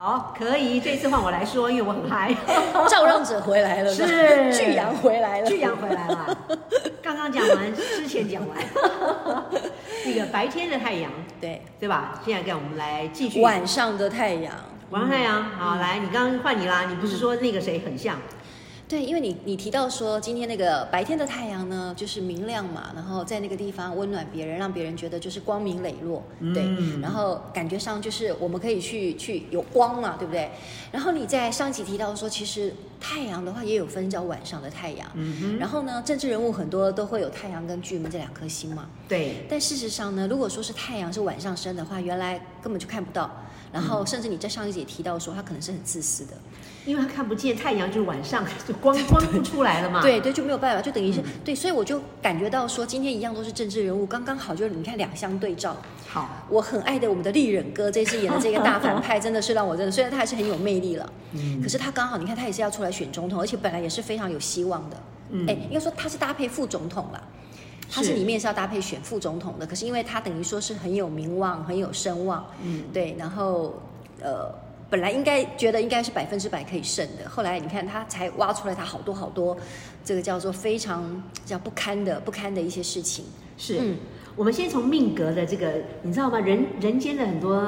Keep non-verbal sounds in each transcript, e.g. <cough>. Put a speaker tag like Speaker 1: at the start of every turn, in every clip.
Speaker 1: 好，可以，这次换我来说，因为我很 <laughs> 嗨。
Speaker 2: 照让者回来了，
Speaker 1: 是
Speaker 2: <laughs> 巨羊回来了，
Speaker 1: 巨羊回来了，刚刚讲完，之前讲完， <laughs> 那个白天的太阳，
Speaker 2: 对，
Speaker 1: 对吧？现在给我们来继续
Speaker 2: 晚上的太阳。
Speaker 1: 玩太阳。好，来，你刚刚换你啦，你不是说那个谁很像？
Speaker 2: 对，因为你你提到说今天那个白天的太阳呢，就是明亮嘛，然后在那个地方温暖别人，让别人觉得就是光明磊落，对，
Speaker 1: 嗯
Speaker 2: 然后感觉上就是我们可以去去有光嘛，对不对？然后你在上集提到说，其实太阳的话也有分叫晚上的太阳，
Speaker 1: 嗯
Speaker 2: 然后呢，政治人物很多都会有太阳跟巨门这两颗星嘛，
Speaker 1: 哼，对，
Speaker 2: 但事实上呢，如果说是太阳是晚上升的话，原来根本就看不到，然后
Speaker 1: 嗯
Speaker 2: 甚至你在上一集也提到说，他可能是很自私的。
Speaker 1: 因为他看不见太阳，就是晚上就 <laughs> 光光不出来了嘛。
Speaker 2: 对对，就没有办法，就等于是、
Speaker 1: 啊嗯
Speaker 2: 对，所以我就感觉到说，今天一样都是政治人物，刚刚好就是你看两相对照。
Speaker 1: 好，
Speaker 2: 我很爱的我们的利忍哥这次演的这个大反派，真的是让我真的，虽然他还是很有魅力了，
Speaker 1: 嗯
Speaker 2: 可是他刚好你看他也是要出来选总统，而且本来也是非常有希望的。
Speaker 1: 嗯
Speaker 2: 哎、应该说他是搭配副总统啦。他是
Speaker 1: 是
Speaker 2: 里面是要搭配选副总统的，可是因为他等于说是很有名望、很有声望，
Speaker 1: 嗯
Speaker 2: 对，然后呃，本来应该觉得应该是百分之百可以胜的，后来你看他才挖出来他好多好多，这个叫做非常叫不堪的不堪的一些事情。
Speaker 1: 是。
Speaker 2: 嗯
Speaker 1: 我们先从命格的这个，你知道吗？人人间的很多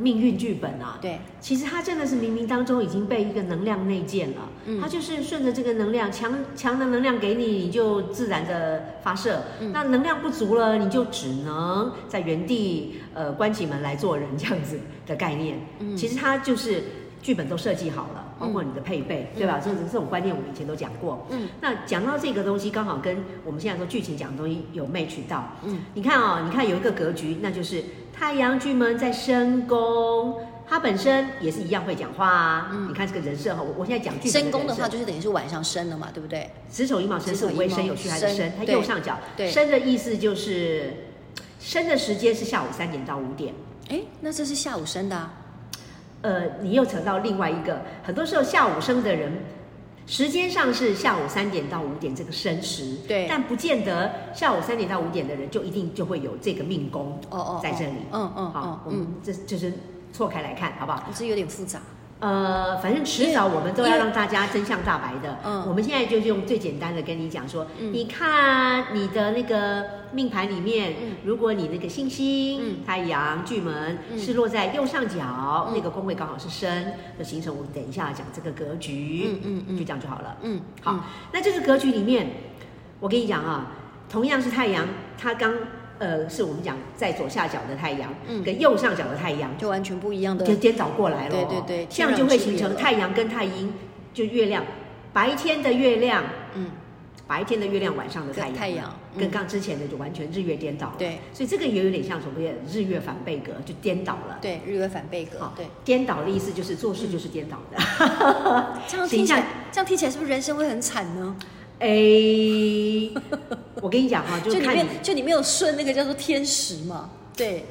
Speaker 1: 命运剧本啊，
Speaker 2: 对，
Speaker 1: 其实它真的是冥冥当中已经被一个能量内建了，
Speaker 2: 嗯
Speaker 1: 它就是顺着这个能量，强强的能量给你，你就自然的发射；
Speaker 2: 嗯
Speaker 1: 那能量不足了，你就只能在原地呃关起门来做人这样子的概念。
Speaker 2: 嗯
Speaker 1: 其实它就是剧本都设计好了，包括你的配备，对吧？这种这种观念我们以前都讲过。
Speaker 2: 嗯
Speaker 1: 那讲到这个东西，刚好跟我们现在说剧情讲的东西有 match 到。
Speaker 2: 嗯
Speaker 1: 你看哦，你看有一个格局，那就是太阳巨门在申宫，它本身也是一样会讲话啊。
Speaker 2: 嗯
Speaker 1: 你看这个人设哈，我我现在讲巨门
Speaker 2: 深宫的话
Speaker 1: 人设
Speaker 2: 就是等于是晚上升了嘛，对不对？
Speaker 1: 子丑寅卯申是五
Speaker 2: 子丑
Speaker 1: 位
Speaker 2: 寅卯
Speaker 1: 申有戌还是
Speaker 2: 申
Speaker 1: 申，它
Speaker 2: 对
Speaker 1: 右上角。
Speaker 2: 对
Speaker 1: 申的意思就是申的时间是下午三点到五点。
Speaker 2: 哎，那这是下午升的、啊，
Speaker 1: 呃，你又扯到另外一个，很多时候下午生的人，时间上是下午三点到五点这个申时，
Speaker 2: 对
Speaker 1: 但不见得下午三点到五点的人就一定就会有这个命宫
Speaker 2: 哦哦，
Speaker 1: 在这里。
Speaker 2: 哦嗯嗯嗯
Speaker 1: 好，我们
Speaker 2: 嗯，
Speaker 1: 这就是错开来看，好不好？
Speaker 2: 哦我这有点复杂，
Speaker 1: 呃，反正迟早我们都要让大家真相大白的。
Speaker 2: 嗯
Speaker 1: 我们现在就用最简单的跟你讲说，
Speaker 2: 嗯
Speaker 1: 你看你的那个命盘里面，
Speaker 2: 嗯
Speaker 1: 如果你那个星星、
Speaker 2: 嗯
Speaker 1: 太阳、巨门、
Speaker 2: 嗯
Speaker 1: 是落在右上角，
Speaker 2: 嗯
Speaker 1: 那个宫位刚好是申，就形成我等一下讲这个格局，
Speaker 2: 嗯嗯嗯
Speaker 1: 就这样就好了。
Speaker 2: 嗯，
Speaker 1: 好，那这个格局里面，我跟你讲啊，同样是太阳，它刚呃是我们讲在左下角的太阳，
Speaker 2: 嗯
Speaker 1: 跟右上角的太阳。
Speaker 2: 嗯就完全不一样的
Speaker 1: 就，颠倒过来了、哦
Speaker 2: 对对对
Speaker 1: 这样就会形成太阳跟太阴，就月亮，白天的月亮，
Speaker 2: 嗯，
Speaker 1: 白天的月亮，晚上的太阳，啊
Speaker 2: 跟太阳嗯
Speaker 1: 跟刚之前的就完全日月颠倒了。，
Speaker 2: 对
Speaker 1: 所以这个也有点像所谓的日月反背格，就颠倒了。
Speaker 2: 对，日月反背格
Speaker 1: 好，
Speaker 2: 对，
Speaker 1: 颠倒的意思就是做事就是颠倒的。
Speaker 2: 这样听
Speaker 1: 形
Speaker 2: 起
Speaker 1: 象
Speaker 2: 来，这样听起来是不是人生会很惨呢？
Speaker 1: 哎，我跟你讲哈、
Speaker 2: <laughs>
Speaker 1: 就
Speaker 2: 就你
Speaker 1: 看
Speaker 2: 没
Speaker 1: 你
Speaker 2: 有，就你没有顺那个叫做天时嘛，对，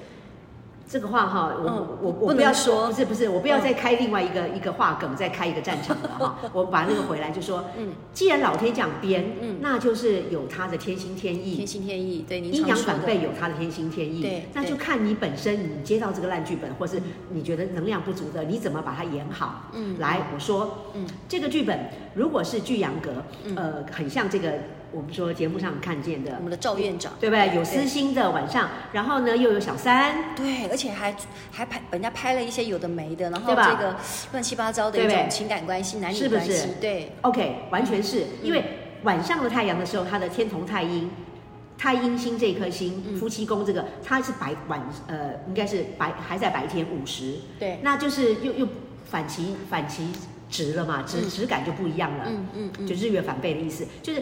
Speaker 1: 这个话哈，我、
Speaker 2: 嗯
Speaker 1: 我
Speaker 2: 不
Speaker 1: 我
Speaker 2: 能
Speaker 1: 要
Speaker 2: 说
Speaker 1: 不是不是，我不要
Speaker 2: 嗯
Speaker 1: 再开另外一个、一个话梗，再开一个战场了
Speaker 2: <laughs>
Speaker 1: 哈。我把那个回来就说，
Speaker 2: 嗯，
Speaker 1: 既然老天讲编，
Speaker 2: 嗯
Speaker 1: 那就是有他的天心天
Speaker 2: 天
Speaker 1: 意，
Speaker 2: 心天意，对，您
Speaker 1: 阴阳
Speaker 2: 常说
Speaker 1: 反
Speaker 2: 的，
Speaker 1: 背有他的天心天意，
Speaker 2: 对
Speaker 1: 那就
Speaker 2: 对
Speaker 1: 看你本身你接到这个烂剧本，或是你觉得能量不足的，你怎么把它演好。
Speaker 2: 嗯
Speaker 1: 来，我说
Speaker 2: 嗯
Speaker 1: 这个剧本如果是巨阳格，
Speaker 2: 嗯
Speaker 1: 呃，很像这个我们说节目上看见的
Speaker 2: 我，们的赵院长，
Speaker 1: 对不对？有私心的晚上，然后呢又有小三，
Speaker 2: 对，而且还还拍人家拍了一些有的没的，然后
Speaker 1: 对吧
Speaker 2: 这个乱七八糟的
Speaker 1: 对
Speaker 2: 一
Speaker 1: 不对
Speaker 2: 种情感关系、男
Speaker 1: 是
Speaker 2: 女
Speaker 1: 不
Speaker 2: 关
Speaker 1: 是
Speaker 2: 系，对，
Speaker 1: OK，完全
Speaker 2: 嗯
Speaker 1: 是因为晚上的太阳的时候，它的天同太阴，太阴星这一颗星，
Speaker 2: 嗯
Speaker 1: 夫妻宫这个，它是白晚呃，应该是白还在白天午时，
Speaker 2: 对
Speaker 1: 那就是又又反其反其值了嘛，值
Speaker 2: 嗯
Speaker 1: 质感就不一样了，
Speaker 2: 嗯嗯
Speaker 1: 就
Speaker 2: 嗯，
Speaker 1: 日月反背的意思，就是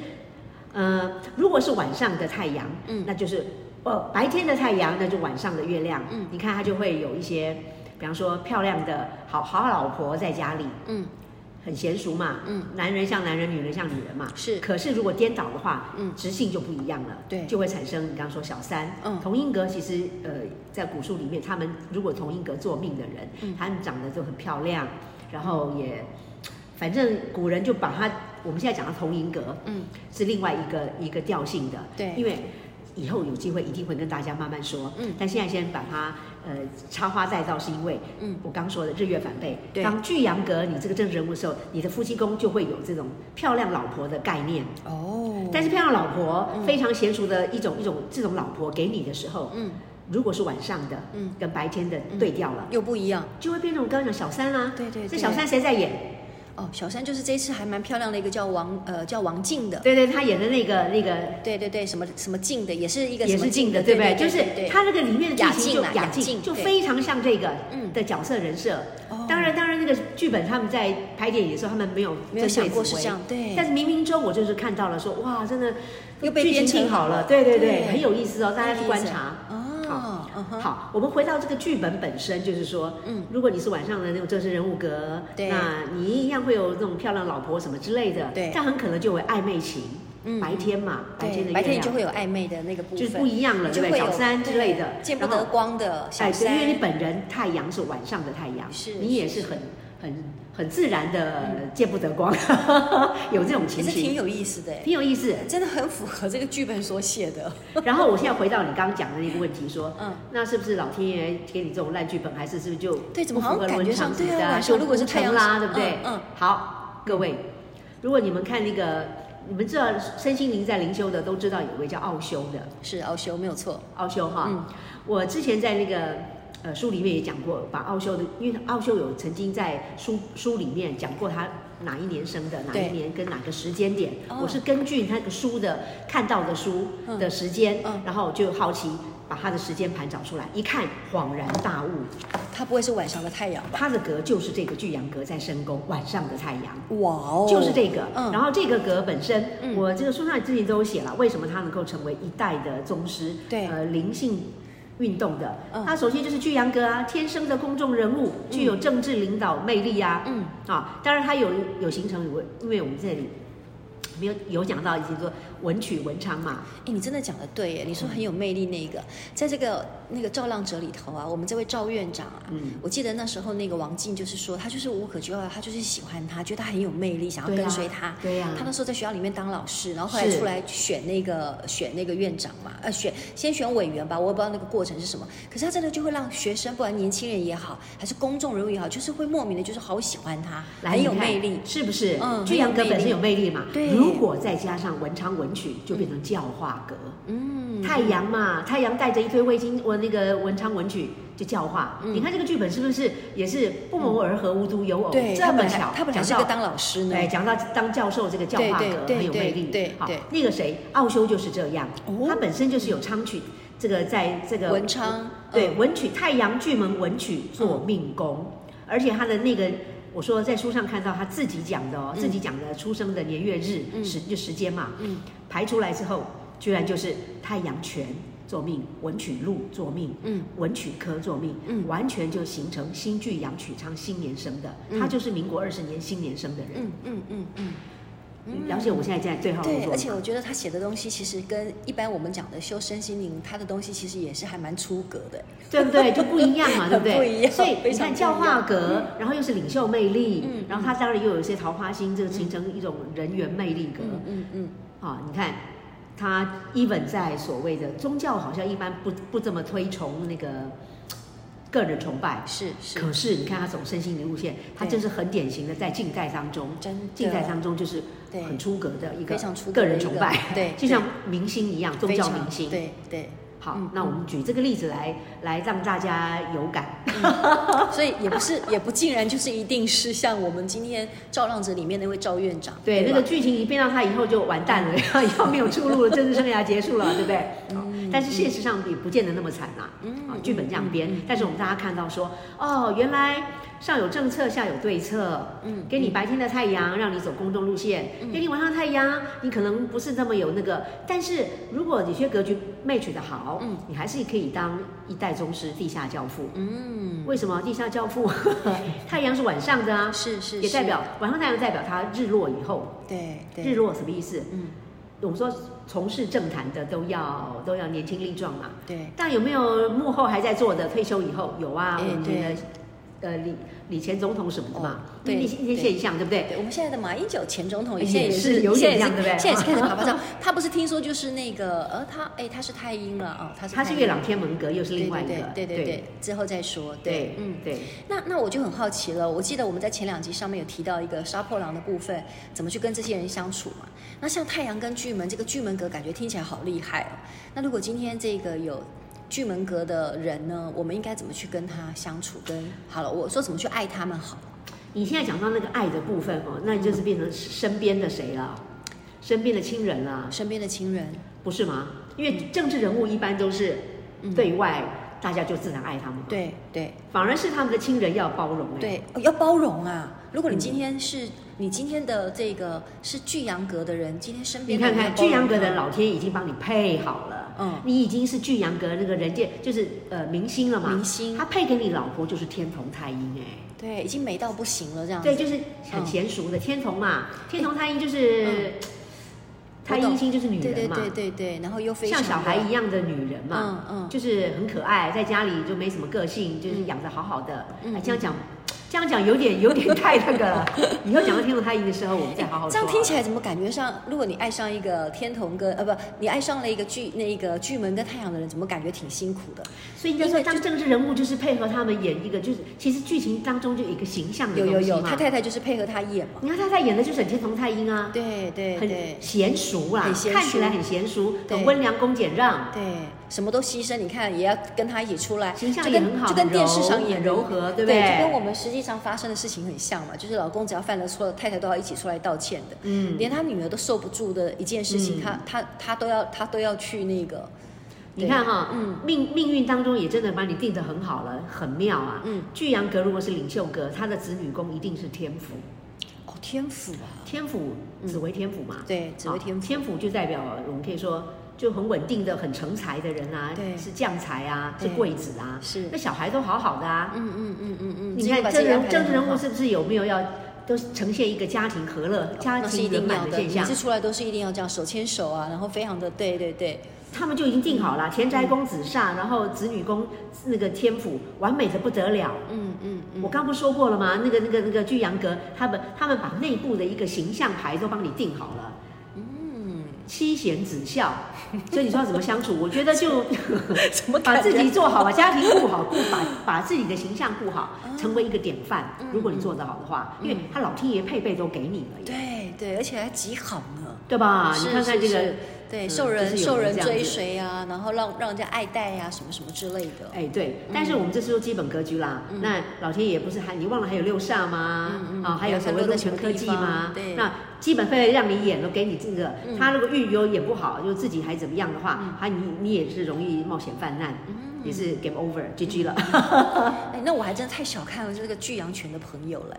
Speaker 1: 呃，如果是晚上的太阳，
Speaker 2: 嗯
Speaker 1: 哦那就是呃白天的太阳，那就晚上的月亮，
Speaker 2: 嗯
Speaker 1: 你看它就会有一些比方说漂亮的好好老婆在家里
Speaker 2: 嗯，
Speaker 1: 很娴熟嘛，
Speaker 2: 嗯，
Speaker 1: 男人像男人，女人像女人嘛，
Speaker 2: 是
Speaker 1: 可是如果颠倒的话，
Speaker 2: 嗯
Speaker 1: 直性就不一样了，
Speaker 2: 对
Speaker 1: 就会产生你刚刚说小三，
Speaker 2: 嗯
Speaker 1: 同音格其实呃，在古书里面，他们如果同音格做命的人，
Speaker 2: 嗯
Speaker 1: 他们长得都很漂亮，然后也，反正古人就把他，我们现在讲的同音格
Speaker 2: 嗯，
Speaker 1: 是另外一个一个调性的，
Speaker 2: 对
Speaker 1: 因为。以后有机会一定会跟大家慢慢说，
Speaker 2: 嗯
Speaker 1: 但现在先把它呃插花再造，是因为
Speaker 2: 嗯
Speaker 1: 我刚说的日月反背，
Speaker 2: 对
Speaker 1: 当巨阳格你这个政治人物的时候，你的夫妻宫就会有这种漂亮老婆的概念。
Speaker 2: 哦，
Speaker 1: 但是漂亮老婆、
Speaker 2: 嗯
Speaker 1: 非常娴熟的一种一种这种老婆给你的时候，
Speaker 2: 嗯
Speaker 1: 如果是晚上的，
Speaker 2: 嗯
Speaker 1: 跟白天的
Speaker 2: 嗯
Speaker 1: 对调了，
Speaker 2: 又不一样，
Speaker 1: 就会变成我刚刚讲小三啦、
Speaker 2: 对对
Speaker 1: 这
Speaker 2: 对
Speaker 1: 小三谁在演？
Speaker 2: 哦，小三就是这一次还蛮漂亮的一个叫王呃叫王静的，
Speaker 1: 对对，他演的那个那个
Speaker 2: 对对对，什么什么静的，也是一个
Speaker 1: 也
Speaker 2: 什么
Speaker 1: 是静的，对
Speaker 2: 对
Speaker 1: 不对？
Speaker 2: 对？
Speaker 1: 就是
Speaker 2: 对对
Speaker 1: 他那个里面的剧情就
Speaker 2: 雅静啊
Speaker 1: 雅
Speaker 2: 雅静
Speaker 1: 静，就
Speaker 2: 对
Speaker 1: 非常像这个
Speaker 2: 嗯
Speaker 1: 的角色人设
Speaker 2: 哦。
Speaker 1: 当然，当然，那个剧本他们在拍电影的时候，他们没有
Speaker 2: 没有
Speaker 1: 针对
Speaker 2: 想过
Speaker 1: 紫
Speaker 2: 是
Speaker 1: 薇
Speaker 2: 这样对
Speaker 1: 但是冥冥中我就是看到了说，哇，真的
Speaker 2: 又被
Speaker 1: 剧情
Speaker 2: 编成
Speaker 1: 定好
Speaker 2: 好
Speaker 1: 了，
Speaker 2: 了
Speaker 1: 对对对
Speaker 2: 对，
Speaker 1: 很有意思哦，大家去观察。
Speaker 2: 哦，嗯哼，
Speaker 1: 好，我们回到这个剧本本身，就是说，
Speaker 2: 嗯
Speaker 1: 嗯，如果你是晚上的那种正式人物格，
Speaker 2: 对
Speaker 1: 那你一样会有那种漂亮老婆什么之类的，
Speaker 2: 对
Speaker 1: 但很可能就会暧昧情。
Speaker 2: 嗯
Speaker 1: 白天嘛，白天的
Speaker 2: 对，
Speaker 1: 月
Speaker 2: 白天你
Speaker 1: 亮
Speaker 2: 就会有暧昧的那个部分，
Speaker 1: 就是不一样了，
Speaker 2: 就
Speaker 1: 对不
Speaker 2: 会
Speaker 1: 对？
Speaker 2: 有
Speaker 1: 小三之类的
Speaker 2: 对，见不
Speaker 1: 然后
Speaker 2: 得光的小
Speaker 1: 哎，对，
Speaker 2: 三，
Speaker 1: 因为你本人太阳是晚上的太阳，
Speaker 2: 是
Speaker 1: 你也是
Speaker 2: 是
Speaker 1: 很很很自然的见不得光， <laughs> 有这种
Speaker 2: 其
Speaker 1: 情
Speaker 2: 实挺
Speaker 1: 形，
Speaker 2: 有意思的，
Speaker 1: 挺有意思。
Speaker 2: 真的很符合这个剧本所写的。
Speaker 1: 然后我现在回到你刚刚讲的那个问题，说，
Speaker 2: 嗯
Speaker 1: 嗯，那是不是老天爷给你这种烂剧本，还是是不是就
Speaker 2: 对怎么
Speaker 1: 不
Speaker 2: 好像
Speaker 1: 符合
Speaker 2: 感
Speaker 1: 伦
Speaker 2: 觉
Speaker 1: 常
Speaker 2: 上
Speaker 1: 识
Speaker 2: 对啊
Speaker 1: 的
Speaker 2: 晚上如果是
Speaker 1: 就不
Speaker 2: 太阳
Speaker 1: 成啦，
Speaker 2: 是
Speaker 1: 对不对？
Speaker 2: 嗯嗯
Speaker 1: 好，各位，如果你们看那个，你们知道身心灵在灵修的都知道有一位叫奥修的，
Speaker 2: 是奥修没有错，
Speaker 1: 奥修哈，
Speaker 2: 嗯
Speaker 1: 我之前在那个呃书里面也讲过，把奥修的，因为奥修有曾经在书书里面讲过他哪一年生的，哪
Speaker 2: 对
Speaker 1: 一年跟哪个时间点，
Speaker 2: 哦
Speaker 1: 我是根据那个书的看到的书
Speaker 2: 嗯
Speaker 1: 的时间，
Speaker 2: 嗯
Speaker 1: 然后就好奇把他的时间盘找出来，一看恍然大悟，
Speaker 2: 它不会是晚上的太阳吧？
Speaker 1: 他的格就是这个巨阳格在申宫晚上的太阳。
Speaker 2: 哇哦，
Speaker 1: 就是这个，
Speaker 2: 嗯
Speaker 1: 然后这个格本身，
Speaker 2: 嗯
Speaker 1: 我这个书上之前都有写了，为什么他能够成为一代的宗师，
Speaker 2: 对
Speaker 1: 呃，灵性运动的，
Speaker 2: 嗯
Speaker 1: 他首先就是巨阳格啊，天生的公众人物，具有政治领导魅力啊，
Speaker 2: 嗯
Speaker 1: 啊，当然他有有形成我，因为我们这里没有有讲到，就是说文曲文昌嘛，
Speaker 2: 哎，你真的讲的对耶！你说很有魅力那一个，在这个那个《造浪者》里头啊，我们这位赵院长啊，
Speaker 1: 嗯
Speaker 2: 我记得那时候那个王静就是说，他就是无可救药，他就是喜欢他，觉得他很有魅力，想要
Speaker 1: 对呀
Speaker 2: 啊跟随他。
Speaker 1: 对啊呀
Speaker 2: 他那时候在学校里面当老师，然后后来
Speaker 1: 是
Speaker 2: 出来选那个选那个院长嘛，呃，选先选委员吧，我也不知道那个过程是什么。可是他真的就会让学生，不管年轻人也好，还是公众人物也好，就是会莫名的，就是好喜欢他，
Speaker 1: 来
Speaker 2: 很有
Speaker 1: 你看
Speaker 2: 魅力。
Speaker 1: 是不是？
Speaker 2: 嗯
Speaker 1: 巨阳格本身有魅力嘛，
Speaker 2: 对
Speaker 1: 如果再加上文昌文曲，就变成教化格，
Speaker 2: 嗯，
Speaker 1: 太阳嘛，太阳带着一堆卫星，我那个文昌文曲就教化。
Speaker 2: 嗯
Speaker 1: 你看这个剧本是不是也是不谋而合，无独有偶？
Speaker 2: 对，
Speaker 1: 这
Speaker 2: 他
Speaker 1: 么
Speaker 2: 本来
Speaker 1: 巧，
Speaker 2: 他本来是
Speaker 1: 讲
Speaker 2: 个
Speaker 1: 到
Speaker 2: 当老师呢。
Speaker 1: 哎，讲到当教授这个教化格
Speaker 2: 对对对
Speaker 1: 很有魅力。
Speaker 2: 对对
Speaker 1: 好
Speaker 2: 对，
Speaker 1: 那个谁，奥修就是这样
Speaker 2: 哦，
Speaker 1: 他本身就是有昌曲，这个在这个
Speaker 2: 文昌
Speaker 1: 对
Speaker 2: 嗯
Speaker 1: 文曲太阳巨门文曲做命宫，而且他的那个。我说在书上看到他自己讲的哦，
Speaker 2: 嗯
Speaker 1: 自己讲的出生的年月
Speaker 2: 嗯
Speaker 1: 日时就时间嘛，
Speaker 2: 嗯
Speaker 1: 排出来之后，居然就是太阳泉作命，文曲禄作命，
Speaker 2: 嗯，
Speaker 1: 文曲科作命，
Speaker 2: 嗯
Speaker 1: 完全就形成新巨阳曲昌新年生的，
Speaker 2: 嗯
Speaker 1: 他就是民国二十年新年生的人。
Speaker 2: 嗯嗯嗯嗯嗯，
Speaker 1: 了解我现在在对号入
Speaker 2: 对，
Speaker 1: 座
Speaker 2: 而且
Speaker 1: 吗，
Speaker 2: 我觉得他写的东西其实跟一般我们讲的修身心灵，他的东西其实也是还蛮出格的。
Speaker 1: 对不对？就不一样嘛，
Speaker 2: <laughs>
Speaker 1: 对不对？
Speaker 2: 不一样
Speaker 1: 所以
Speaker 2: 非
Speaker 1: 你
Speaker 2: 常不一
Speaker 1: 看
Speaker 2: 样
Speaker 1: 教化格，然后又是领袖魅力，
Speaker 2: 嗯
Speaker 1: 然后他当然又有一些桃花心，这个形成一种人缘魅力格。
Speaker 2: 嗯嗯嗯，
Speaker 1: 啊，你看他 even 在所谓的宗教，好像一般不不这么推崇那个个人崇拜，
Speaker 2: 是是，
Speaker 1: 可是你看他走身心灵路线，他
Speaker 2: 对
Speaker 1: 真是很典型的在近代当中，
Speaker 2: 真的
Speaker 1: 近代当中就是
Speaker 2: 对
Speaker 1: 很出格的一个
Speaker 2: 非常出格
Speaker 1: 个
Speaker 2: 的
Speaker 1: 人
Speaker 2: 一
Speaker 1: 崇
Speaker 2: 个
Speaker 1: 拜，
Speaker 2: 对
Speaker 1: 就像明星一样，宗
Speaker 2: 非
Speaker 1: 教
Speaker 2: 常
Speaker 1: 明星。
Speaker 2: 对对，
Speaker 1: 好
Speaker 2: 嗯，
Speaker 1: 那我们举这个例子来来让大家有
Speaker 2: <laughs>
Speaker 1: 感，
Speaker 2: 所以也不是也不尽然就是一定是像我们今天《照浪者》里面那位赵院长，
Speaker 1: 对那
Speaker 2: 吧
Speaker 1: 个剧情一变到他以后就完蛋了， <laughs> 要要没有出路了，政治生涯结束了，对不对？
Speaker 2: 嗯
Speaker 1: 好但是现实
Speaker 2: 嗯
Speaker 1: 上也不见得那么惨啦，啊，剧本这样编，但是我们大家看到说，哦，原来上有政策，下有对策。
Speaker 2: 嗯，
Speaker 1: 给你白天的太阳，让你走公众路线；给你晚上的太阳，你可能不是这么有那个。但是如果你些格局 match 的好，
Speaker 2: 嗯
Speaker 1: 你还是可以当一代宗师、地下教父。
Speaker 2: 嗯，
Speaker 1: 为什么地下教
Speaker 2: <laughs>
Speaker 1: 父？太阳是晚上的啊，
Speaker 2: 是是，
Speaker 1: 也代
Speaker 2: 是
Speaker 1: 表晚上太阳代表它日落以后。
Speaker 2: 对对，
Speaker 1: 日落什么意思？
Speaker 2: 嗯
Speaker 1: 我们说从事政坛的都要都要年轻力壮嘛。
Speaker 2: 对，
Speaker 1: 但有没有幕后还在做的？退休以后有啊，
Speaker 2: 哎
Speaker 1: 我们
Speaker 2: 对
Speaker 1: 的呃李李前总统什么的嘛，
Speaker 2: 哦对
Speaker 1: 那些那些
Speaker 2: 对
Speaker 1: 现象对不对？
Speaker 2: 对，我们现在的马英九前总统
Speaker 1: 也
Speaker 2: 现在也
Speaker 1: 哎是有
Speaker 2: 现在
Speaker 1: 点
Speaker 2: 也是
Speaker 1: 像对不对
Speaker 2: 现在也是
Speaker 1: <laughs>
Speaker 2: 开始爬爬照。他不是听说就是那个呃，他哎他是太阴了啊，他是
Speaker 1: 他是
Speaker 2: 太
Speaker 1: 月
Speaker 2: 阴
Speaker 1: 朗天门阁，又是另外一个，
Speaker 2: 对对对对对，之后再说。
Speaker 1: 对
Speaker 2: 对，，嗯，
Speaker 1: 对，
Speaker 2: 那那我就很好奇了。我记得我们在前两集上面有提到一个杀破狼的部分，怎么去跟这些人相处嘛？那像太阳跟巨门这个巨门格，感觉听起来好厉害哦。那如果今天这个有巨门格的人呢，我们应该怎么去跟他相处？跟好了，我说怎么去爱他们好？
Speaker 1: 你现在讲到那个爱的部分哦，那就是变成身边的谁了，身边的亲人了，
Speaker 2: 身边的亲人，
Speaker 1: 不是吗？因为政治人物一般都是
Speaker 2: 嗯
Speaker 1: 对外，大家就自然爱他们，，
Speaker 2: 对对
Speaker 1: 反而是他们的亲人要包容，哎，
Speaker 2: 对、哦要包容啊。如果你今天是、你今天的这个是巨阳格的人，今天身
Speaker 1: 你
Speaker 2: 边的
Speaker 1: 看
Speaker 2: 人
Speaker 1: 看
Speaker 2: 要包
Speaker 1: 巨
Speaker 2: 容
Speaker 1: 阳阁的
Speaker 2: 他
Speaker 1: 老天已经帮你配好了，
Speaker 2: 嗯
Speaker 1: 你已经是巨阳阁那个人界就是呃明星了嘛，
Speaker 2: 明星
Speaker 1: 他配给你老婆就是天同太阴哎、
Speaker 2: 对，已经美到不行了这样子。
Speaker 1: 对，就是很娴熟的、天同嘛，天同太阴就是、
Speaker 2: 嗯
Speaker 1: 太阴星就是女
Speaker 2: 对对
Speaker 1: 人嘛，
Speaker 2: 对对对，然后又非常
Speaker 1: 像
Speaker 2: 的
Speaker 1: 小孩一样的女人嘛，
Speaker 2: 嗯嗯
Speaker 1: 就是很可爱，在家里就没什么个性，就是养得好好的，
Speaker 2: 嗯
Speaker 1: 哎这样讲。这样讲有点有点太那
Speaker 2: <laughs>
Speaker 1: 个了，以后讲到天同太阴的时候，哦我们再好好
Speaker 2: 哎
Speaker 1: 说。
Speaker 2: 这样听起来怎么感觉上？如果你爱上一个天童跟呃不，你爱上了一个巨那个巨门跟太阳的人，怎么感觉挺辛苦的？
Speaker 1: 所以应该说，当政治人物就是配合他们演一个，就是其实剧情当中就有一个形象的
Speaker 2: 有有
Speaker 1: 东西
Speaker 2: 有，
Speaker 1: 嘛
Speaker 2: 他太太就是配合他演嘛。
Speaker 1: 你看他在演的就是很天同太阴啊，
Speaker 2: 对对
Speaker 1: 很
Speaker 2: 对
Speaker 1: 娴熟啦
Speaker 2: 很娴，熟
Speaker 1: 看起来很娴熟，
Speaker 2: 对
Speaker 1: 很温良恭俭让，
Speaker 2: 对，什么都牺牲，你看也要跟他一起出来，
Speaker 1: 形象
Speaker 2: 就
Speaker 1: 也
Speaker 2: 跟
Speaker 1: 很好
Speaker 2: 就跟
Speaker 1: 很
Speaker 2: 电视
Speaker 1: 柔
Speaker 2: 上演
Speaker 1: 很
Speaker 2: 的
Speaker 1: 柔和
Speaker 2: 对
Speaker 1: 对不对
Speaker 2: 就跟我们实际上发生的事情很像嘛，就是老公只要犯了错，太太都要一起出来道歉的。
Speaker 1: 嗯，
Speaker 2: 连他女儿都受不住的一件事情，
Speaker 1: 嗯
Speaker 2: 他他他都要他都要去那个，
Speaker 1: 你看哈、
Speaker 2: 嗯
Speaker 1: 命命运当中也真的把你定得很好了，很妙啊。
Speaker 2: 嗯
Speaker 1: 巨阳阁如果是领袖阁，他的子女宫一定是天府，
Speaker 2: 哦天赋啊，
Speaker 1: 天府紫微天府嘛，
Speaker 2: 对，紫微天
Speaker 1: 好
Speaker 2: 赋，
Speaker 1: 天府就代表我们可以说就很稳定的、很成才的人啊，
Speaker 2: 对
Speaker 1: 是将才啊，是
Speaker 2: 对
Speaker 1: 贵子啊，
Speaker 2: 是
Speaker 1: 那小孩都好好的啊，
Speaker 2: 嗯嗯嗯嗯嗯，
Speaker 1: 你看政人政治人物是不是有没有要都是呈现一个家庭和乐、家
Speaker 2: 哦那是一
Speaker 1: 庭圆
Speaker 2: 定
Speaker 1: 满
Speaker 2: 要
Speaker 1: 的
Speaker 2: 的，
Speaker 1: 现
Speaker 2: 每
Speaker 1: 象
Speaker 2: 次？出来都是一定要这样手牵手啊，然后非常的对对对，
Speaker 1: 他们就已经定
Speaker 2: 嗯
Speaker 1: 好了，田宅宫子煞，然后子女宫那个天府，完美的不得了。
Speaker 2: 嗯嗯嗯，
Speaker 1: 我刚不说过了吗？那个、那个、那个巨阳阁，他们他们把内部的一个形象牌都帮你定好了。
Speaker 2: 嗯
Speaker 1: 七贤子
Speaker 2: <laughs>
Speaker 1: 孝，所以你说要怎么相处？我觉得就
Speaker 2: 怎么
Speaker 1: 把
Speaker 2: 感
Speaker 1: 自己
Speaker 2: 觉？
Speaker 1: 做好，把家庭顾好，顾把把自己的形象顾好，
Speaker 2: 嗯
Speaker 1: 成为一个典范。如果你做得好的话，因为他老天爷配备都给你了耶，
Speaker 2: 对对，而且还极好呢。
Speaker 1: 对吧？你
Speaker 2: 是
Speaker 1: 看看这
Speaker 2: 是
Speaker 1: 个
Speaker 2: 是，对，
Speaker 1: 嗯
Speaker 2: 受
Speaker 1: 就
Speaker 2: 人
Speaker 1: 是有
Speaker 2: 受
Speaker 1: 人
Speaker 2: 人
Speaker 1: 这样
Speaker 2: 追
Speaker 1: 子
Speaker 2: 随啊，然后让让人家爱戴啊，什么什么之类的。
Speaker 1: 哎，对，但
Speaker 2: 嗯
Speaker 1: 是我们这是说基本格局啦。那老天爷不是还你忘了还有六煞吗？
Speaker 2: 嗯嗯
Speaker 1: 啊，还有所谓陆泉科技吗
Speaker 2: 还有落在什么地方？对
Speaker 1: 那基本费让你演都给你这个
Speaker 2: 嗯，
Speaker 1: 他如果运有演不好，就自己还怎么样的话，他你你也是容易冒险犯难，
Speaker 2: 嗯
Speaker 1: 也是 game over
Speaker 2: <laughs>
Speaker 1: GG 了。
Speaker 2: 哎，那我还真的太小看了这个巨阳拳的朋友了。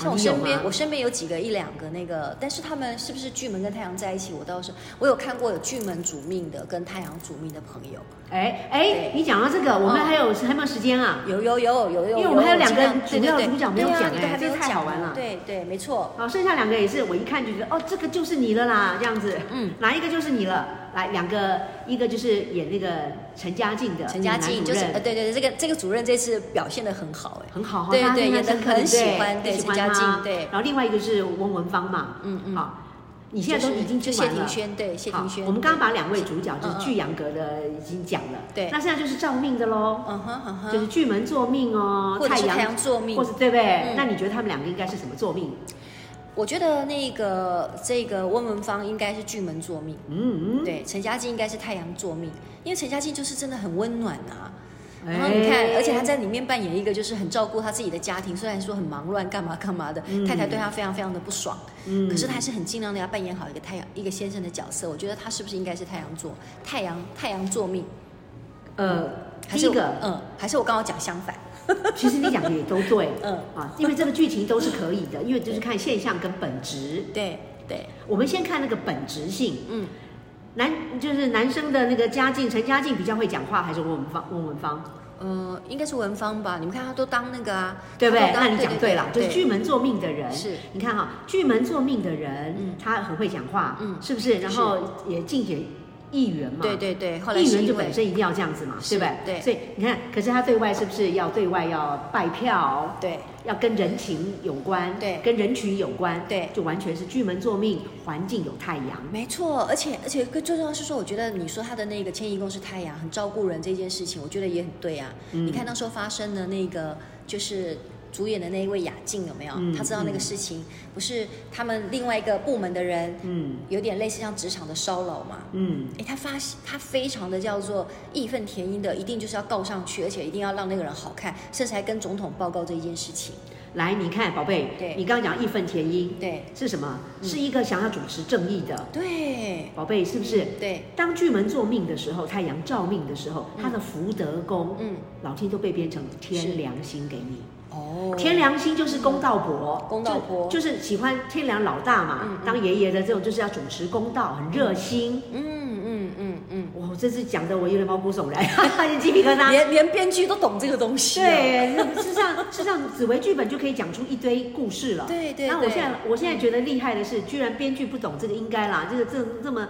Speaker 1: 哦
Speaker 2: 像我
Speaker 1: 你有
Speaker 2: 身边，
Speaker 1: 吗
Speaker 2: 我身边有几个一两个那个，但是他们是不是巨门跟太阳在一起？我倒是我有看过有巨门主命的跟太阳主命的朋友，
Speaker 1: 哎
Speaker 2: 对
Speaker 1: 哎，你讲到这个，我们
Speaker 2: 哦
Speaker 1: 还有还有没有时间啊？
Speaker 2: 有有有有有，
Speaker 1: 因为我们还有两个
Speaker 2: 尽
Speaker 1: 主
Speaker 2: 量对
Speaker 1: 要
Speaker 2: 对对
Speaker 1: 主角没有
Speaker 2: 对啊
Speaker 1: 讲
Speaker 2: 你
Speaker 1: 哎
Speaker 2: 都还没有
Speaker 1: 这太好玩了
Speaker 2: 对对，没错，
Speaker 1: 好，剩下两个也是，我一看就觉得哦，这个就是你了啦，这样子。
Speaker 2: 嗯，
Speaker 1: 哪一个就是你了？来，两个，一个就是演那个陈嘉静的
Speaker 2: 陈嘉静
Speaker 1: 男主
Speaker 2: 就是
Speaker 1: 任
Speaker 2: 呃，对对对，这个这个主任这次表现的很好哎，
Speaker 1: 很好哈，
Speaker 2: 对
Speaker 1: 大家
Speaker 2: 对
Speaker 1: 印象
Speaker 2: 也
Speaker 1: 深刻
Speaker 2: 很
Speaker 1: 不
Speaker 2: 喜欢对
Speaker 1: 喜
Speaker 2: 陈
Speaker 1: 欢
Speaker 2: 嘉
Speaker 1: 他
Speaker 2: 静对
Speaker 1: 然后另外一个是翁文芳嘛，
Speaker 2: 嗯嗯
Speaker 1: 好，你现在都
Speaker 2: 就是
Speaker 1: 已经
Speaker 2: 就
Speaker 1: 听
Speaker 2: 谢
Speaker 1: 完了
Speaker 2: 霆。轩对谢
Speaker 1: 好
Speaker 2: 霆轩，
Speaker 1: 我们刚刚
Speaker 2: 对
Speaker 1: 把两位主角就
Speaker 2: 嗯嗯
Speaker 1: 是巨阳阁的已经讲了，
Speaker 2: 对
Speaker 1: 那现在就是照命的喽，
Speaker 2: 嗯哼嗯
Speaker 1: 就是
Speaker 2: 哼，
Speaker 1: 巨门坐命哦，
Speaker 2: 或者是太阳座命
Speaker 1: 或，是对不对
Speaker 2: 嗯？
Speaker 1: 那你觉得他们两个应该是什么坐命？
Speaker 2: 我觉得那个这个温文芳应该是巨门座命。
Speaker 1: 嗯，嗯
Speaker 2: 对，陈嘉静应该是太阳座命，因为陈嘉静就是真的很温暖啊。
Speaker 1: 哎
Speaker 2: 然后你看，而且她在里面扮演一个就是很照顾她自己的家庭，虽然说很忙乱干嘛干嘛的，
Speaker 1: 嗯
Speaker 2: 太太对她非常非常的不爽，
Speaker 1: 嗯
Speaker 2: 可是她还是很尽量的要扮演好一个太阳一个先生的角色。我觉得她是不是应该是太阳座太阳太阳座命？
Speaker 1: 呃，
Speaker 2: 还
Speaker 1: 第
Speaker 2: 是
Speaker 1: 一
Speaker 2: 我
Speaker 1: 个呃
Speaker 2: 嗯，还是我刚刚讲相反？
Speaker 1: 其实你讲的也都对，
Speaker 2: <laughs> 嗯
Speaker 1: 啊，因为这个剧情都是可以的，因为就是看现象跟本质。
Speaker 2: 对对，
Speaker 1: 我们先看那个本质性，
Speaker 2: 嗯，
Speaker 1: 男就是男生的那个家境，陈家境比较会讲话，还是翁文芳？翁文芳，
Speaker 2: 呃，应该是文芳吧？你们看他都当那个啊，
Speaker 1: 对不对
Speaker 2: 他？都当
Speaker 1: 那你讲对了，就是巨门座命的人，
Speaker 2: 是
Speaker 1: 你看哈，巨门座命的人，
Speaker 2: 嗯
Speaker 1: 他很会讲话，
Speaker 2: 嗯
Speaker 1: 是不是？然后也进解议员嘛，
Speaker 2: 对对对，后来
Speaker 1: 议
Speaker 2: 是
Speaker 1: 员就
Speaker 2: 因为
Speaker 1: 本身一定要这样子嘛，对
Speaker 2: 是
Speaker 1: 不对？
Speaker 2: 对
Speaker 1: 所以你看，可是他对外是不是要对外要拜票，
Speaker 2: 对
Speaker 1: 要跟人情有关，
Speaker 2: 对
Speaker 1: 跟人群有关，
Speaker 2: 对
Speaker 1: 就完全是巨门座命，环境有太阳，
Speaker 2: 没错，而且而且更最重要是说，我觉得你说他的那个迁移宫是太阳，很照顾人这件事情，我觉得也很对啊。
Speaker 1: 嗯
Speaker 2: 你看那时候发生的那个就是。主演的那一位雅静有没有？
Speaker 1: 嗯
Speaker 2: 他知道那个事情，不是他们另外一个部门的人，
Speaker 1: 嗯
Speaker 2: 有点类似像职场的骚扰嘛？
Speaker 1: 嗯，
Speaker 2: 哎，他发他非常的叫做义愤填膺的，一定就是要告上去，而且一定要让那个人好看，甚至还跟总统报告这一件事情。
Speaker 1: 来，你看宝贝，
Speaker 2: 对
Speaker 1: 你刚刚讲义愤填膺
Speaker 2: 对
Speaker 1: 是什么？
Speaker 2: 嗯
Speaker 1: 是一个想要主持正义的
Speaker 2: 对
Speaker 1: 宝贝，是不是？
Speaker 2: 对，
Speaker 1: 当巨门做命的时候，太阳照命的时候，
Speaker 2: 嗯
Speaker 1: 他的福德宫，
Speaker 2: 嗯，
Speaker 1: 老天都被编成
Speaker 2: 是
Speaker 1: 天良心给你。
Speaker 2: 哦，
Speaker 1: 天良心就是公道伯，
Speaker 2: 嗯公道伯
Speaker 1: 就就是喜欢天良老大嘛，
Speaker 2: 嗯嗯
Speaker 1: 当爷爷的这种就是要主持公道，很热心。
Speaker 2: 嗯嗯嗯嗯，啊
Speaker 1: 哇，我这次讲的我有点毛骨悚然， <laughs> 哈哈，鸡皮疙瘩。
Speaker 2: 连连编剧都懂这个东西、哦。
Speaker 1: 对，事实上，事实上，紫薇剧本就可以讲出一堆故事了。
Speaker 2: 对对
Speaker 1: 那我
Speaker 2: 对嗯
Speaker 1: 现在，我现在觉得厉害的是，居然编剧不懂这个应该啦，这个这这么，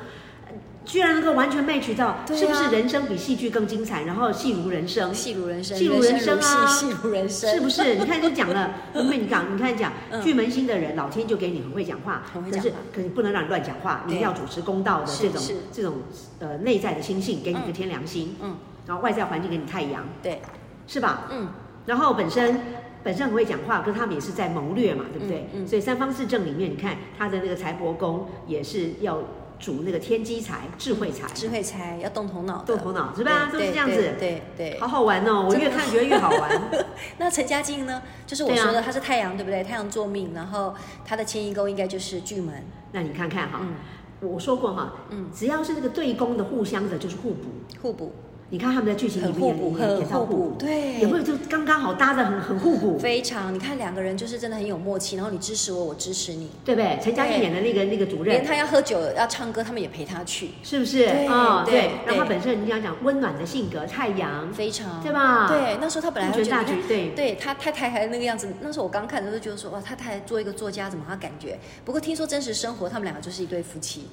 Speaker 1: 呃居然能够完全 match 到，
Speaker 2: 对啊
Speaker 1: 是不是人生比戏剧更精彩？然后戏如人生，
Speaker 2: 戏如人生，
Speaker 1: 戏如人生啊
Speaker 2: 戏戏如人生，
Speaker 1: 是不是？你看都
Speaker 2: <laughs>
Speaker 1: 讲了，因为你讲，你看讲
Speaker 2: 嗯
Speaker 1: 巨门星的人，老天就给你很会讲话，
Speaker 2: 很会
Speaker 1: 可
Speaker 2: 讲
Speaker 1: 是
Speaker 2: 话
Speaker 1: 可是不能让你乱讲话，你
Speaker 2: 对
Speaker 1: 一定要主持公道的
Speaker 2: 是
Speaker 1: 这种
Speaker 2: 是
Speaker 1: 这种呃内在的心性，给你一个
Speaker 2: 嗯
Speaker 1: 天良心，
Speaker 2: 嗯，
Speaker 1: 然后外在环境给你太阳，
Speaker 2: 对，
Speaker 1: 是吧？
Speaker 2: 嗯，
Speaker 1: 然后本身本身很会讲话，可是他们也是在谋略嘛，对不对？
Speaker 2: 嗯嗯
Speaker 1: 所以三方四正里面，你看他的那个财帛宫也是要主那个天机财、智慧财、
Speaker 2: 智慧财要动头脑的，
Speaker 1: 动头脑，是吧？
Speaker 2: 对
Speaker 1: 是不是
Speaker 2: 对
Speaker 1: 这样
Speaker 2: 对
Speaker 1: 子？
Speaker 2: 对对
Speaker 1: 好。好玩哦！我越看觉得越好玩。
Speaker 2: <laughs> 那陈嘉静呢？就是我
Speaker 1: 对啊
Speaker 2: 说的，她是太阳，对不对？太阳座命，然后她的迁移宫应该就是巨门。
Speaker 1: 那你看看哈，
Speaker 2: 嗯
Speaker 1: 我说过哈，
Speaker 2: 嗯
Speaker 1: 只要是那个对攻的互相的，就是互补。
Speaker 2: 互补，
Speaker 1: 你看他们的剧情里
Speaker 2: 很
Speaker 1: 面
Speaker 2: 互
Speaker 1: 也
Speaker 2: 补，
Speaker 1: 也
Speaker 2: 很
Speaker 1: 也到
Speaker 2: 互
Speaker 1: 互
Speaker 2: 补
Speaker 1: 补，，
Speaker 2: 对，
Speaker 1: 也会就刚刚好搭的很很互补，
Speaker 2: 非常。你看两个人就是真的很有默契，然后你支持我，我支持你，
Speaker 1: 对不对？陈嘉映演的那个那个主
Speaker 2: 连
Speaker 1: 任
Speaker 2: 他要喝酒要唱歌，他们也陪他去，
Speaker 1: 是不是？
Speaker 2: 对
Speaker 1: 哦
Speaker 2: 对
Speaker 1: 然后
Speaker 2: 对
Speaker 1: 他本身你想讲温暖的性格，太阳，
Speaker 2: 非常
Speaker 1: 对吧
Speaker 2: 对，那时候他本来
Speaker 1: 顾
Speaker 2: 会
Speaker 1: 全
Speaker 2: 觉得哎
Speaker 1: 大
Speaker 2: <laughs>
Speaker 1: 局，对
Speaker 2: 对他太太还那个样子，那时候我刚看的时候就觉得说，哇，他太太做一个作家怎么他感觉？不过听说真实生活他们两个就是一对夫妻，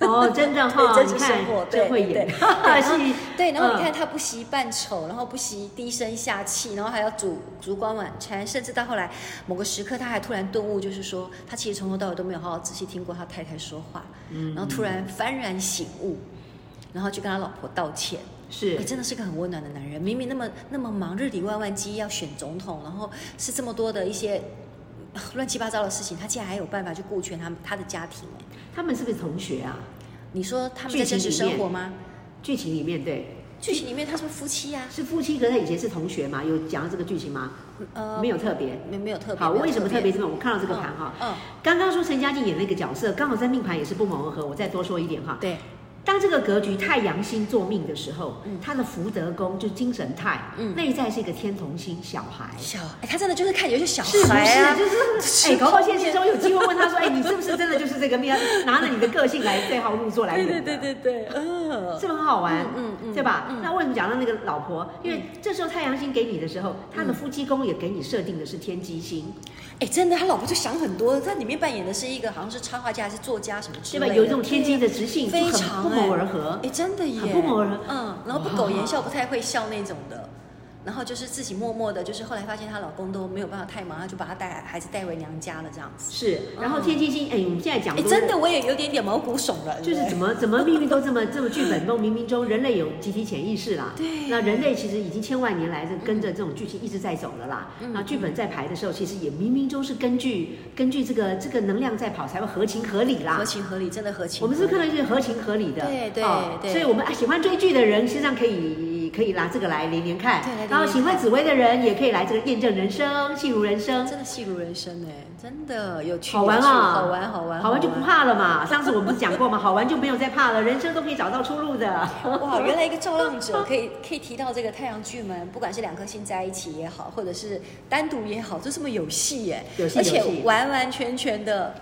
Speaker 1: 哦，真的哈、
Speaker 2: 对真
Speaker 1: 你
Speaker 2: 实
Speaker 1: 看
Speaker 2: 生活对
Speaker 1: 真会演，
Speaker 2: 对
Speaker 1: 哈哈，
Speaker 2: 然后
Speaker 1: <laughs> 是，
Speaker 2: <laughs> 对，然后
Speaker 1: 嗯
Speaker 2: 你看他不惜扮丑，然后不惜低声下气，然后还要烛烛光晚餐，甚至到后来某个时刻，他还突然顿悟，就是说他其实从头到尾都没有好好仔细听过他太太说话，
Speaker 1: 嗯
Speaker 2: 然后突然幡然醒悟，然后去跟他老婆道歉。
Speaker 1: 是
Speaker 2: 你哎真的是个很温暖的男人。明明那么那么忙，日理万万机，要选总统，然后是这么多的一些呃乱七八糟的事情，他竟然还有办法去顾全他们他的家庭。哎，
Speaker 1: 他们是不是同学啊？
Speaker 2: 你说他们在真实生活吗？
Speaker 1: 剧情里面对，
Speaker 2: 剧情里面他是不是夫妻啊呀、
Speaker 1: 是夫妻，可是他以前是同学嘛？有讲到这个剧情吗？
Speaker 2: 呃，
Speaker 1: 没有特别。
Speaker 2: 没没有特别。
Speaker 1: 好，
Speaker 2: 没有
Speaker 1: 为什么特别这么？我看到这个盘哈、
Speaker 2: 嗯，
Speaker 1: 刚刚说陈嘉静演那个角色，刚好在命盘也是不谋而合，我再多说一点哈
Speaker 2: 嗯。对，
Speaker 1: 当这个格局太阳星做命的时候，
Speaker 2: 嗯
Speaker 1: 他的福德宫就精神态，
Speaker 2: 嗯
Speaker 1: 内在是一个天同星小孩，
Speaker 2: 小哎，他真的就是看有些小
Speaker 1: 是不
Speaker 2: 孩啊，
Speaker 1: 是？就是
Speaker 2: <laughs>
Speaker 1: 哎，搞不好现实中有机会问他说，哎，你是不是真的就是这个命？拿着你的个性来对哦号入座来
Speaker 2: 对
Speaker 1: 演
Speaker 2: 对
Speaker 1: 的，
Speaker 2: 对对对，嗯，
Speaker 1: 是不是很好玩？
Speaker 2: 嗯嗯嗯
Speaker 1: 对吧？
Speaker 2: 嗯
Speaker 1: 那为什么讲到那个老婆？因为这时候太阳星给你的时候，他的
Speaker 2: 嗯
Speaker 1: 夫妻宫也给你设定的是天机星，
Speaker 2: 哎，真的，他老婆就想很多，在里面扮演的是一个好像是插画家还是作家什么之
Speaker 1: 对
Speaker 2: 类
Speaker 1: 吧？
Speaker 2: 的，
Speaker 1: 有一种天机的直性，就
Speaker 2: 非
Speaker 1: 很
Speaker 2: 常
Speaker 1: 不谋而合
Speaker 2: 哎、。真的耶，
Speaker 1: 很不谋而合
Speaker 2: 嗯，然后不苟言笑，不太会笑那种的。然后就是自己默默的，就是后来发现她老公都没有办法太忙，她就把她带孩子带回娘家了这样子。
Speaker 1: 是，然后天机星，哎，我们现在讲
Speaker 2: 嗯哎，
Speaker 1: 都
Speaker 2: 真的我也有点点毛骨悚然。哎
Speaker 1: 就是怎
Speaker 2: 么？
Speaker 1: 么怎么命运都这么这么剧本都冥冥中人类有集体潜意识啦。
Speaker 2: 对
Speaker 1: 那人类其实已经千万年来是跟着这种剧情一直在走了啦。
Speaker 2: 嗯
Speaker 1: 那剧本在排的时候，其实也冥冥中是根据根据这个这个能量在跑，才会合情合理啦
Speaker 2: 合。情合理，真的合情
Speaker 1: 我
Speaker 2: 合理。
Speaker 1: 们是不是看到一些合情合理的，啊
Speaker 2: 对对对
Speaker 1: 所以我们啊喜欢追剧的人，实际上可以可以拿这个来连连看。
Speaker 2: 对来连连
Speaker 1: 然后喜欢紫薇的人也可以来这个验证人生、戏如人生，
Speaker 2: 真的戏如人生哎、真的有趣，
Speaker 1: 好玩
Speaker 2: 有趣
Speaker 1: 啊！
Speaker 2: 好玩，好玩，
Speaker 1: 好玩就不。怕了嘛。上次我们不是讲过嘛，好玩就没有再怕了，人生都可以找到出路
Speaker 2: <laughs>
Speaker 1: 的。
Speaker 2: 哇，原来一个照浪者可以可以提到这个太阳巨门，不管是两颗星在一起也好，或者是单独也好，就这么有戏耶，
Speaker 1: 有戏
Speaker 2: 而
Speaker 1: 有戏
Speaker 2: 且完完全全的。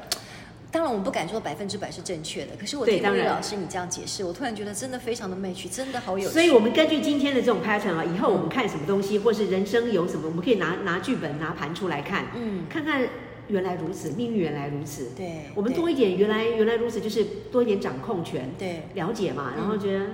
Speaker 2: 当然，我们不敢说百分之百是正确的，可是我
Speaker 1: 对
Speaker 2: 听魏
Speaker 1: 当然
Speaker 2: 老师你这样解释，我突然觉得真的非常的 match，真的好有趣。
Speaker 1: 所以，我们根据今天的这种 pattern 啊，以后我们看什么东西，或是人生有什么，我们可以拿拿剧本、拿盘出来看，
Speaker 2: 嗯，
Speaker 1: 看看原来如此，命运原来如此。
Speaker 2: 对，
Speaker 1: 我们多一点，原来原来如此，就是多一点掌控权，
Speaker 2: 对嗯
Speaker 1: 了解嘛，然后觉得。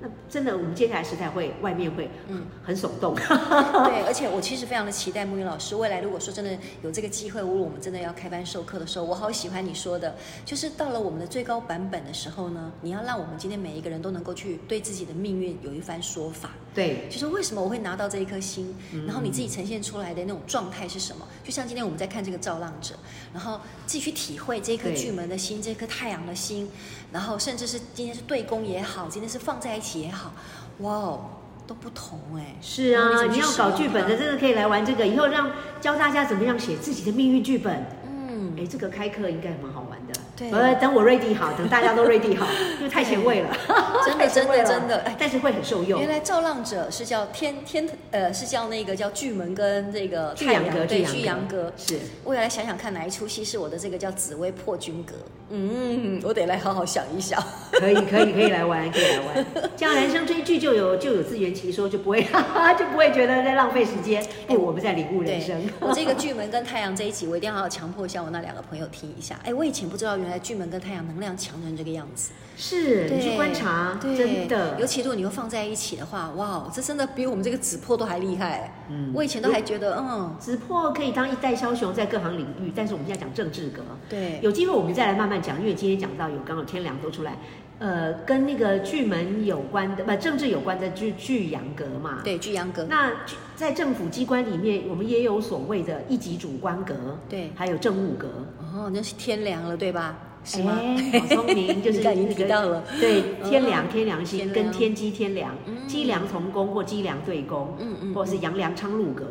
Speaker 1: 那真的，我们接下来时代会外面会，
Speaker 2: 嗯
Speaker 1: 嗯，很耸
Speaker 2: <laughs>
Speaker 1: 动。 <laughs>
Speaker 2: 对，而且我其实非常的期待木鱼老师未来，如果说真的有这个机会，如果我们真的要开班授课的时候，我好喜欢你说的，就是到了我们的最高版本的时候呢，你要让我们今天每一个人都能够去对自己的命运有一番说法。
Speaker 1: 对，
Speaker 2: 就是为什么我会拿到这一颗星，然后你自己呈现出来的那种状态是什么？就像今天我们在看这个《造浪者》，然后自己去体会这颗
Speaker 1: 对
Speaker 2: 巨门的星，这颗太阳的星，然后甚至是今天是对宫也好，今天是放在一起也好，哇哦，都不同哎、
Speaker 1: 是
Speaker 2: 然后
Speaker 1: 啊，
Speaker 2: 怎么
Speaker 1: 你
Speaker 2: 去
Speaker 1: 要
Speaker 2: 使
Speaker 1: 搞
Speaker 2: 用
Speaker 1: 剧本的，
Speaker 2: 它，
Speaker 1: 真的可以来玩这个。以后让教大家怎么样写自己的命运剧本。
Speaker 2: 嗯，
Speaker 1: 哎，这个开课应该蛮好玩的。
Speaker 2: 对
Speaker 1: 呃，等我 ready 好，等大家都
Speaker 2: <laughs>
Speaker 1: ready 好，因为太前卫了， <laughs>
Speaker 2: 真
Speaker 1: 太
Speaker 2: 的
Speaker 1: 前
Speaker 2: 真
Speaker 1: 卫
Speaker 2: 的
Speaker 1: 了
Speaker 2: 真的，哎，
Speaker 1: 但是会很受用
Speaker 2: 原。来造浪者是叫天天呃是叫那个叫巨门跟这个
Speaker 1: 巨
Speaker 2: 太
Speaker 1: 阳
Speaker 2: 阳
Speaker 1: 阁，
Speaker 2: 对
Speaker 1: 巨
Speaker 2: 巨
Speaker 1: 阳
Speaker 2: 阳
Speaker 1: 阁
Speaker 2: 阁。
Speaker 1: 是
Speaker 2: 我也来想想看，哪一出戏是我的这个叫紫薇破军阁？嗯，我得来好好想一想。
Speaker 1: 可以，可以，可以来玩，可以来
Speaker 2: <laughs>
Speaker 1: 玩。这样人生追剧就有就有自圆其说，就不会 <laughs> 哈哈，就不会觉得在浪费时间。哎，我们在领悟 <laughs> 人
Speaker 2: 对
Speaker 1: 生。，
Speaker 2: 我这个巨门跟太阳这一集，我一定要强迫一下我那两个朋友听一下。哎，我以前不知道，原来巨门跟太阳能量强成这个样子。
Speaker 1: <laughs> 是你去观察，
Speaker 2: 对
Speaker 1: 真的
Speaker 2: 尤。其如果你又放在一起的话，哇，这真的比我们这个紫破都还厉害。
Speaker 1: 嗯
Speaker 2: 我以前都还觉得，嗯，
Speaker 1: 紫破可以当一代枭雄，在各行领域，但是我们现在讲政治格，
Speaker 2: 对，
Speaker 1: 有机会我们再来慢慢讲，因为今天讲到有刚好天梁都出来，呃，跟那个巨门有关的，不、政治有关的巨巨阳阁嘛。。
Speaker 2: 对巨阳阁，
Speaker 1: 那巨在政府机关里面，我们也有所谓的一级主官阁，
Speaker 2: 对
Speaker 1: 还有政务阁，
Speaker 2: 哦，那是天凉了，对吧？是吗？
Speaker 1: 哎好聪明，就是
Speaker 2: <laughs> 你看已经
Speaker 1: 那个
Speaker 2: 提到了
Speaker 1: 对，
Speaker 2: 嗯
Speaker 1: 天梁、天梁星
Speaker 2: 天
Speaker 1: 跟
Speaker 2: 梁
Speaker 1: 天机、天梁、机梁同宫或机梁对宫，
Speaker 2: 嗯嗯
Speaker 1: 或者是阳梁昌入阁，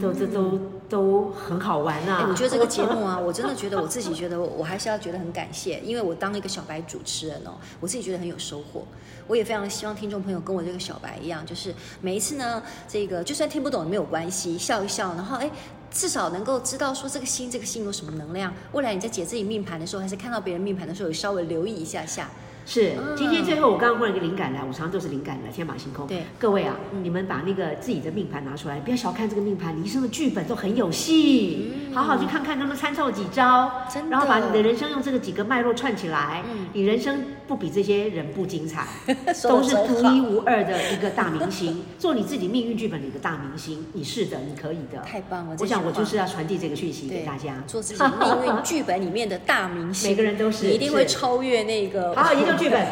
Speaker 1: 都这都都很好玩
Speaker 2: 哎
Speaker 1: 啊。
Speaker 2: 我觉得这个节目啊，我真的觉得我自己觉得我我还是要觉得很感谢，因为我当一个小白主持人哦，我自己觉得很有收获。我也非常希望听众朋友跟我这个小白一样，就是每一次呢，这个就算听不懂也没有关系，笑一笑，然后哎。至少能够知道说这个心，这个心有什么能量。未来你在解自己命盘的时候，还是看到别人命盘的时候，有稍微留意一下下。
Speaker 1: 是
Speaker 2: 嗯，
Speaker 1: 今天最后我刚刚忽然一个灵感来，我常常都是灵感来，天马行空。
Speaker 2: 对，嗯
Speaker 1: 各位啊，你们把那个自己的命盘拿出来，不要小看这个命盘，你一生的剧本都很有戏，好好去看看他们参透几招
Speaker 2: 嗯真，的
Speaker 1: 然后把你的人生用这个几个脉络串起来，
Speaker 2: 嗯
Speaker 1: 你人生不比这些人不精彩，
Speaker 2: <laughs> 说得
Speaker 1: 都是
Speaker 2: 真
Speaker 1: 独
Speaker 2: 好
Speaker 1: 一无二的一个大明星， <laughs> 做你自己命运剧本里的大明星，你是的，你可以的。
Speaker 2: 太棒了！这
Speaker 1: 我想
Speaker 2: 句
Speaker 1: 我
Speaker 2: 话
Speaker 1: 就是要传递这个讯息
Speaker 2: 对
Speaker 1: 给大家，
Speaker 2: 做自己命运剧本里面的大明星，
Speaker 1: 每个人都是
Speaker 2: 你一定会
Speaker 1: 是
Speaker 2: 超越那个。
Speaker 1: 好好研究剧本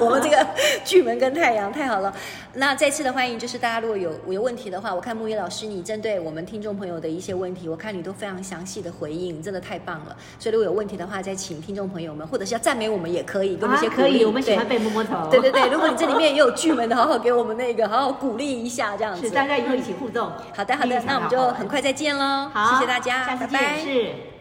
Speaker 2: 我们这个剧本跟太阳太好了。那再次的欢迎，就是大家如果有有问题的话，我看木鱼老师你针对我们听众朋友的一些问题，我看你都非常详细的回应，真的太棒了。所以如果有问题的话，再请听众朋友们，或者是要赞美我们也可以，给我们一些
Speaker 1: 啊
Speaker 2: 鼓励。
Speaker 1: 可以，我们喜
Speaker 2: 对
Speaker 1: 欢被摸摸头。
Speaker 2: 对对对，如果你这里面也有剧门的，好好给我们那个好好鼓励一下，这样子
Speaker 1: 是。大家以后一起互动。
Speaker 2: 好的好
Speaker 1: 一定
Speaker 2: 的，
Speaker 1: 非常
Speaker 2: 那我们
Speaker 1: 好
Speaker 2: 就
Speaker 1: 玩
Speaker 2: 很快再见喽。
Speaker 1: 好，
Speaker 2: 谢谢大家，
Speaker 1: 下次
Speaker 2: 拜
Speaker 1: 见，
Speaker 2: 拜。
Speaker 1: 是。